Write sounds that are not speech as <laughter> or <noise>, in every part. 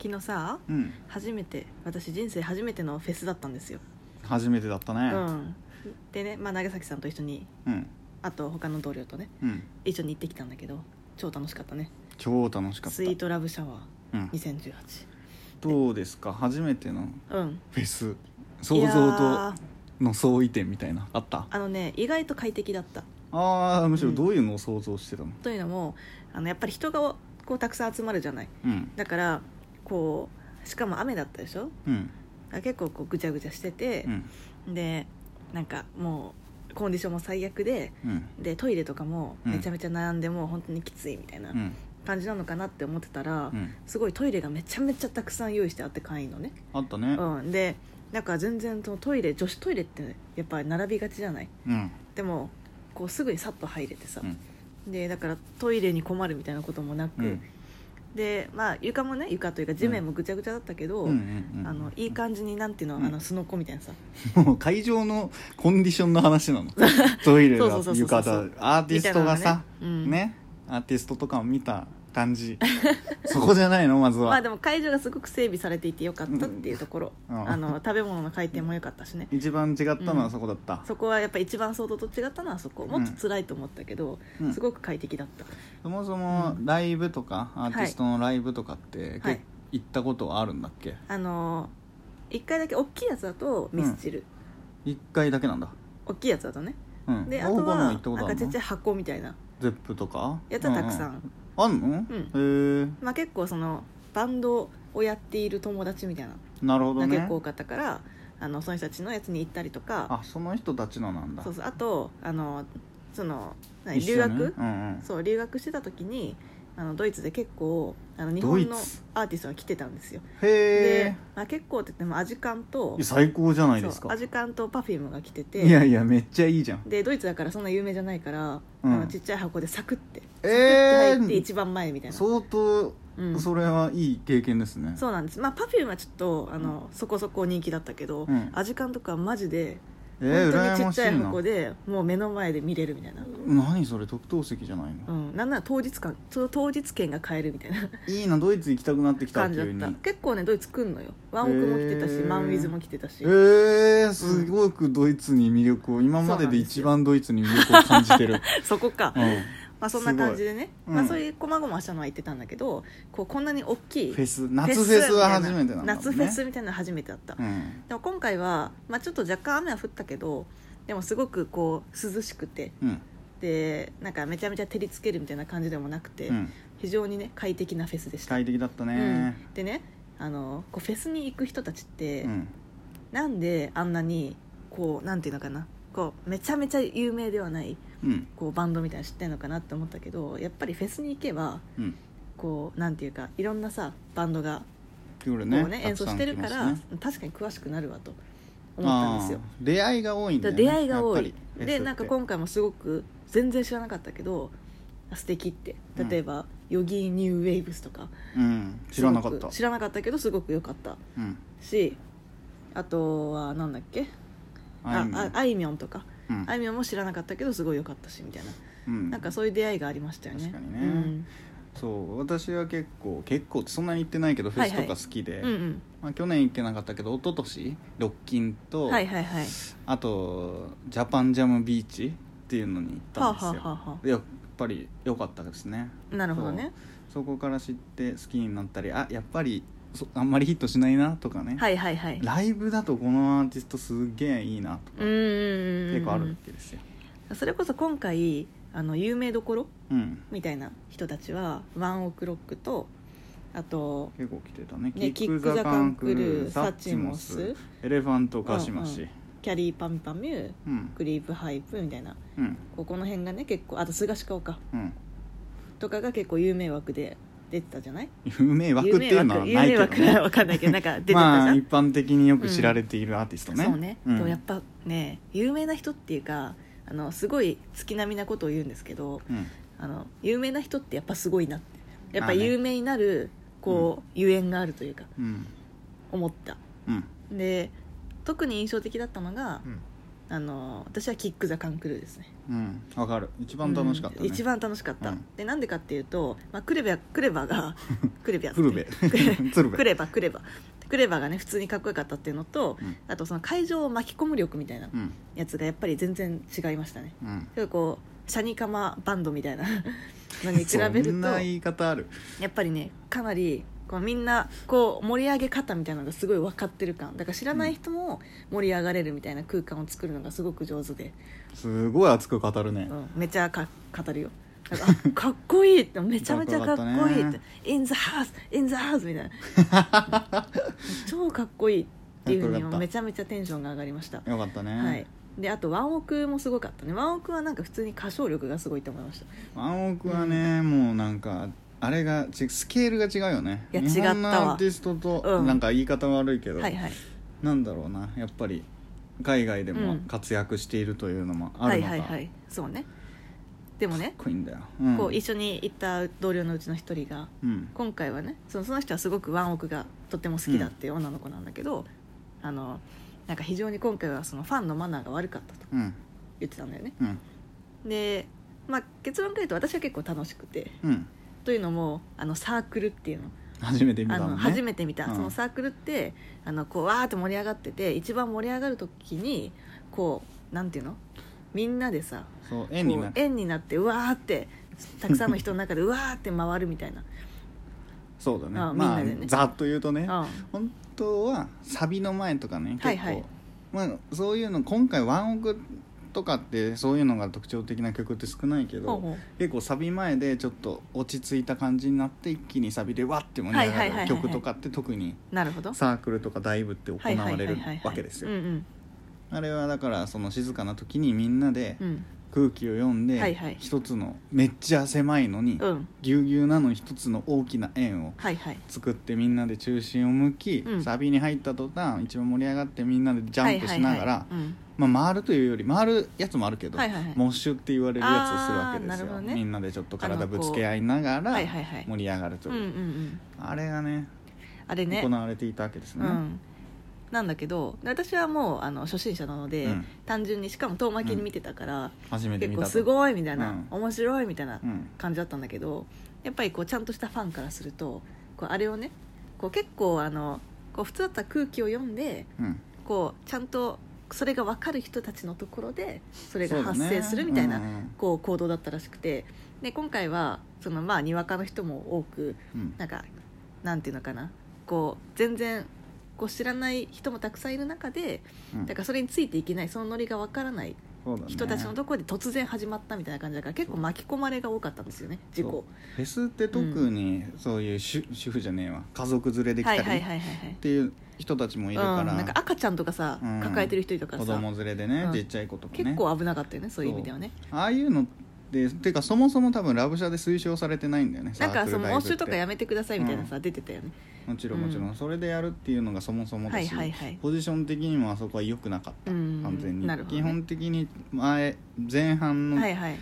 昨日さうん初めて私人生初めてのフェスだったんですよ、初めてだったねうん、でね、まあ、長崎さんと一緒にうんあと他の同僚とねうん一緒に行ってきたんだけど超楽しかったね超楽しかったスイートラブシャワうんー2018どうですか初めてのうんフェスい想や像ーとの相違点みたいなあったあのね意外と快適だったあーむしろうんどういうのを想像してたのというのもあのやっぱり人がこうたくさん集まるじゃないうんだからこうしかも雨だったでしょうんあ結構こうぐちゃぐちゃしててう、んでなんかもうコンディションも最悪でうんでトイレとかもうんめちゃめちゃ悩んで、もう本当にきついみたいなうん感じなのかなって思ってたら、うんすごいトイレがめちゃめちゃたくさん用意してあって簡易のね、あったねうん、でなんか全然そのトイレ女子トイレってやっぱり並びがちじゃないうんでもこうすぐにさっと入れてさう、んでだからトイレに困るみたいなこともなく、うんでまあ床もね床というか地面もぐちゃぐちゃだったけど、うんうんうんあのいい感じになんていうの,、うんあのスノコみたいなさもう会場のコンディションの話 <laughs> なのトイレそがうそうそうそう浴衣アーティストがさみたいなのねうんねアーティストとかを見た感じそこじゃないのまずは、 <laughs> まあでも会場がすごく整備されていてよかったっていうところ、うんうんあの食べ物の回転もよかったしね、一番違ったのはそこだった、そこはやっぱ一番想像と違ったのはそこもっと辛いと思ったけど、うんすごく快適だった、そもそもライブとか、アーティストのライブとかって、はいけ行ったことはあるんだっけあの一回だけ大きいやつだとミスチル、一回だけなんだ大きいやつだとねうんであ大と河もは行ったことなあるんかちっのちゃい箱みたいなゼップとかやつはたくさん、ううあんの、へまあ、結構そのバンドをやっている友達みたいなえなるほのどがね結構多かったから、あのその人たちのやつに行ったりとかあその人たちのなんだそうそうあとあのその何一留緒に学、うんうんそう留学してた時にあのドイツで結構あの日ド本イのツアーティストが来てたんですよへで、まあ、結構って言ってもアジカンとえ最高じゃないですそうかアジカンとパフュームが来てていやいやめっちゃいいじゃんでドイツだからそんな有名じゃないから、うんあのちっちゃい箱でサクってえ入えって一番前みたいな、相当うんそれはいい経験ですね、そうなんですまあパフュームはちょっとあの、そこそこ人気だったけど、うんアジカンとかはマジでえ本ー、当に羨ちっましちゃいいな箱でもう目の前で見れるみたいな、何それ特等席じゃないのう、ん、なんなら当日間そう当日券が買えるみたいないいなドイツ行きたくなってきた感じだ急っにた結構ねドイツ来んのよワンオクも来てたし、へーマンウィズも来てたし、えー、すごくドイツに魅力を今までで一番ドイツに魅力を感じ <laughs> てるそこか、うん、まあ、そんな感じでね、すごいうんまあ、そういうこまごましたのは言ってたんだけどこうこんなに大きいフェフス夏フェスは初めてなんだもんね夏フェスみたいなの初めてだった、うんでも今回は、まあ、ちょっと若干雨は降ったけどでもすごくこう涼しくてうんでなんかめちゃめちゃ照りつけるみたいな感じでもなくて、うん非常にね快適なフェスでした、快適だったねうん、でねあのこうフェスに行く人たちって、うんなんであんなにこうなんていうのかなこうめちゃめちゃ有名ではないうんこうバンドみたいなの知ってんのかなって思ったけどやっぱりフェスに行けばうんこうなんていうかいろんなさバンドがということでこう、ねね演奏してるかたくさら、ん来ますね確かに詳しくなるわと思ったんですよあー出会いが多いんだだよ、かね、ら出会いが多いでやっぱりフェスってなんか今回もすごく全然知らなかったけど素敵って例えば、ヨギーニューウェイブスとかうん知らなかっすたごく知らなかったけどすごく良かったうんしあとはなんだっけあいあみょんああいみょんとか、うんあいみょんも知らなかったけどすごい良かったしみたいな、うんなんかそういう出会いがありましたよね確かにねそう私は結構結構ってそんなに行ってないけどフはェいスはいとか好きで、うん、うんまあ、去年行けなかったけど一昨年ロッキンうと、んはいはいはいあとジャパンジャムビーチっていうのに行ったんですよ、はあはあはあはやっぱり良かったですねなるほどねそうそこから知って好きになったりあやっぱりそあんまりヒットしないなとかね、はいはいはいライブだとこのアーティストすげえいいなとかうんうんうんうん結構あるわけですよ、それこそ今回あの有名どころうん、みたいな人たちはワンオクロックとあと、結構来てたねね、キック・ザ・カンクルーサチモスエレファントカシマシキャリーパミュパミュうんクリープハイプみたいなうんここの辺がね結構あと菅氏顔かうんとかが結構有名枠で出てたじゃない有名枠って <laughs> いうのは有な名いけど、枠有名枠はね、分かんないけどなんか出てたじ <laughs> まゃあん、一般的によく知られているアーティストね、そうね、うんでもやっぱね有名な人っていうかあのすごい月並みなことを言うんですけどうんあの有名な人ってやっぱすごいなってやっぱあね有名になるこう、ゆえんがあるというかうん思ったうんで特に印象的だったのが、うんあの私はキック・ザ・カンクルーですねうんわかる一番楽しかったね、うん一番楽しかった、うんでなんでかっていうと、まあ、クレバクレバ <laughs> がクレバフルベ <laughs> 鶴瓶クレバクレバクレバがね普通にかっこよかったっていうのと、うんあとその会場を巻き込む力みたいなうんやつがやっぱり全然違いましたねうんちょっとこうシャニカマバンドみたいなのに比べるそんとな言い方あるやっぱりねかなりこうみんなこう盛り上げ方みたいなのがすごい分かってる感だから知らない人も盛り上がれるみたいな空間を作るのがすごく上手で、すごい熱く語るねうん、めちゃか語るよなんかあかっこいいってめちゃめちゃかっこいいかっこよっかったてね「in the house in the house」みたいな <laughs> 超かっこいいっていうふうかっこよにかっためちゃめちゃテンションが上がりましたよかったね、はいであとワンオクもすごかったねワンオクはなんか普通に歌唱力がすごいと思いましたワンオクはね、もうなんかあれがちスケールが違うよねいや日本の違ったわアーティストと、うんなんか言い方悪いけど、はいはいなんだろうなやっぱり海外でうもん活躍しているというのもあはるいのか、はいはいそうねでもねかっこいいんだよ、うん、こう一緒に行った同僚のうちの一人がうん今回はねそのその人はすごくワンオクがとても好きだっていう女の子なんだけど、あのなんか非常に今回はそのファンのマナーが悪かったとうん言ってたんだよねうんで、まあ、結論から言うと私は結構楽しくてうんというのもあのサークルっていうの初めて見たあの、ね、の初めて見た、うんそのサークルってあのこうわーって盛り上がってて一番盛り上がる時にこうなんていうのみんなでさそう円になこうる円になってうわーってたくさんの人の中でうわーって回るみたいな、そうだねあまあみんなでねざっと言うとね、うん本当はサビの前とかね結構、はいはいまあ、そういうの今回ワンオクとかってそういうのが特徴的な曲って少ないけどほうほう結構サビ前でちょっと落ち着いた感じになって一気にサビでわって盛り上はいはいはいがはいはるい曲とかって特になるほどサークルとかダイブって行はいはいはわいれるはいはいわけですようんうんあれはだからその静かな時にみんなでうん空気を読んはいはいで一つのめっちゃ狭いのにうんぎゅうぎゅうなのに一つの大きな円をはいはい作ってみんなで中心を向き、うんサビに入った途端一番盛り上がってみんなでジャンプしながはいら、はいはいうんまあ、回るというより回るやつもあるけど、はいはいはいモッシュって言われるやつをするわけですあーなるほよ、どねみんなでちょっと体ぶつけ合いながらはいはいはい盛り上がるとういんううんうんあれがねあれね行われていたわけですね、うんなんだけど私はもうあの初心者なので、うん単純にしかも遠巻きに見てたから、初めて結見た構とすごいみたいな、うん面白いみたいなうん感じだったんだけどやっぱりこうちゃんとしたファンからするとこうあれをねこう結構あのこう普通だったら空気を読んでうんこうちゃんとそれが分かる人たちのところでそれそがうだ発ね生するみたいなうんこう行動だったらしくてで今回はそのまあにわかの人も多くうんなんかなんていうのかなこう全然こう知らない人もたくさんいる中でうんだからそれについていけないそのノリがわからないそうだね人たちのところで突然始まったみたいな感じだから結構巻き込まれが多かったんですよね事故フェスって特にそういう主,、主婦じゃねえわ家族連れで来たはいりはいっはいはいはいていう人たちもいるから、うん、なんか赤ちゃんとかさ、うん抱えてる人とか子さ供連れでね、うんちっちゃい子とかね結構危なかったよねそういう意味ではねああいうのっててかそもそも多分ラブシャで推奨されてないんだよねなんかそのモッシュとかやめめてくださいみたいなさ、出てたよねもちろんもちろん、うんそれでやるっていうのがそもそもだし、はいはいはいポジション的にもあそこは良くなかった、うん完全に、なるほどね基本的に前前半の、はいはい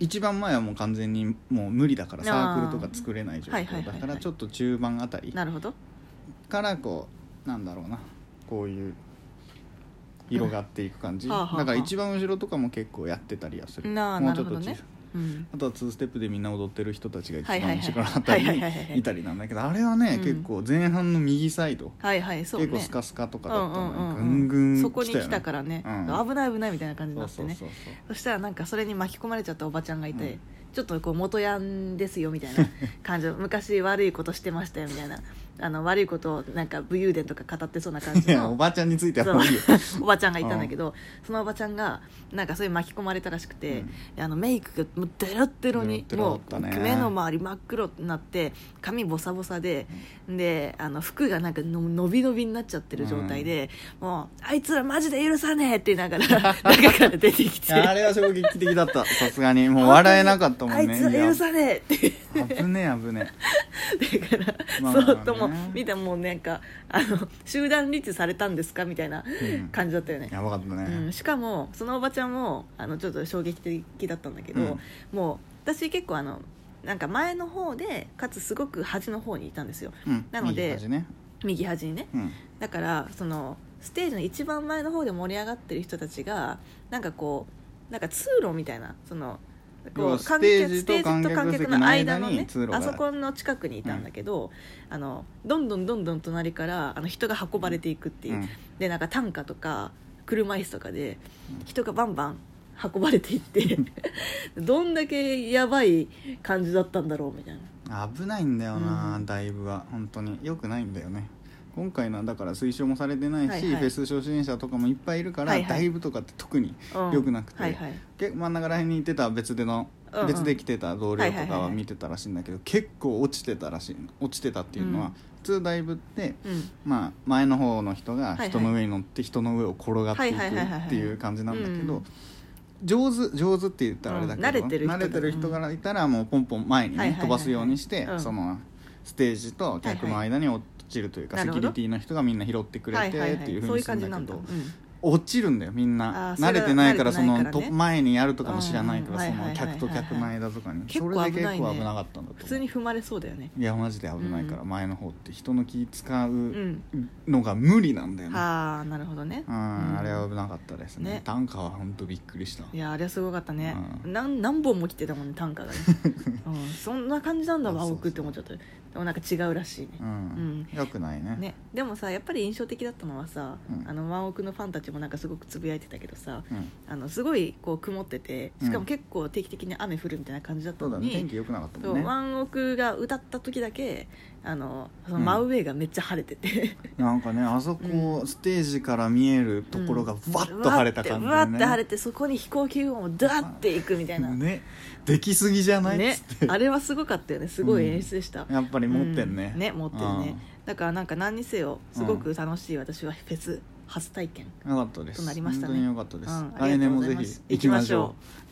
一番前はもう完全にもう無理だからあーサークルとか作れない状はいはいはい況はだいからちょっと中盤あたりなるほどからこうなんだろうなこういう広がっていく感じ、うんはあはあはあだから一番後ろとかも結構やってたりはするなあもうなちょるほっとど小ねさうんあとは2ステップでみんな踊ってる人たちが一はいは番いはい後ろあたりはいはいはいはにいいたりなんだけどあれはねうん結構前半の右サイドはいはいそうね結構スカスカとかだったのにうぐんうんうんんぐんそこに来たからね、うん危ない危ないみたいな感じにそなうってそねそうそうそうしたらなんかそれに巻き込まれちゃったおばちゃんがいて、うんちょっとこう元ヤンですよみたい <laughs> な感じの昔悪いことしてましたよみたいなあの悪いことをなんか武勇伝とか語ってそうな感いじやおのばちゃんについてはもういいよ <laughs> おばちゃんがいたんだけど、そのおばちゃんがなんかそれに巻き込まれたらしくて、あのメイクがもうデロッデロにデロもッデうロだったね目の周り真っ黒になって髪ボサボサで、であの服がなんかの伸び伸びになっちゃってる状態で、もうあいつらマジで許さねえって言いながら <laughs> 中から出てきいてやあれは衝撃的だったさすがにもう笑えなかったもあんいねつらいや許さねえって <laughs> 危ねえ危ねだから、まあまあねそっともう見たもうなんかあの集団リーチされたんですかみたいなえうん感じだったよね、やばかったうねん、しかもそのおばちゃんもあのちょっと衝撃的だったんだけど、うんもう私結構あのなんか前の方でかつすごく端の方にいたんですようんなので右端ね右端にねうんだからそのステージの一番前の方で盛り上がってる人たちがなんかこうなんか通路みたいなその要こはうス観テー客ジステとー観ジと観客席客のの間間のにね通路がああるそこの近くにいたんだけど、あのどんどんどんどん隣からあの人が運ばれていくっていう、うんでなんか担架とか車椅子とかで人がバンバン運ばれていって <laughs> どんだけやばい感じだったんだろうみたいな危ないんだよな、うんだいぶは本当によくないんだよね今回のはだから推奨もされてないし、はいはいフェス初心者とかもいっぱいいるから、はいはいだいぶとかって特にうん良くなくてはいはいけ真ん中らへんに行ってた別での、うんうん別で来てた同僚はといはかいははいはい見てたらしいんだけど、結構落ちてたらしい落ちてたっていうのは、うん普通だいぶってうんまあ、前の方の人がいはい人の上に乗って人の上を転がっていくはいはいはいはいはいっていう感じなんだけうど、ん上手上手って言ったらあれだけど、うん慣れてる人慣れてる人がいたらもうポンポン前にね、はいはいはいはい飛ばすようにして、うんそのステージと客の間に落ちるというか、はいはいセキュリティの人がみんな拾ってくれてっていうふそううにいうする感んじだなけんだ、どうん落ちるんだよみんあなーそれは慣れてないからそ慣のれてないからねと前にやるとかも知らないから、うんそはいはのいはいはい客と客の間とかに、結構それで結危な構い危ねなかったんだと思う普通に踏まれそうだよねいやマジで危ないから、う前の方って人の気使う、うんのが無理なんだよねああなるほどねうんあれは危なかったですねね短歌は本当びっくりしたいやあれはすごかったね、うなん何本も来てたもんね単価がね、うん、そんな感じなんだ <laughs> あわそうそう青くって思っちゃったでもなんか違うらしいねううんんよくないねね、でもさやっぱり印象的だったのはさ、うんあのワンオクのファンたちもなんかすごくつぶやいてたけどさうんあのすごいこう曇っててしかうんも結構定期的に雨降るみたいな感じだったそうのだねに、天気良くなかったそもうんねワンオクが歌った時だけあのそのうん真上がめっちゃ晴れてて、なんかねあそこ、ステージから見える <laughs> ところがわうっと晴れた感じわってわって晴れでてそこに飛行機雲もダーって行くみたいな、ねねできすぎじゃない、ねつって、あれはすごかったよねすごい演出でした、やっぱり持ってんね、うんね持ってるねだからなんか何にせよすごく楽しい、私はフェス初体験うんよかったですとなりましたね本当によかったです、うんありがと来年うもござぜいまひす行きましょう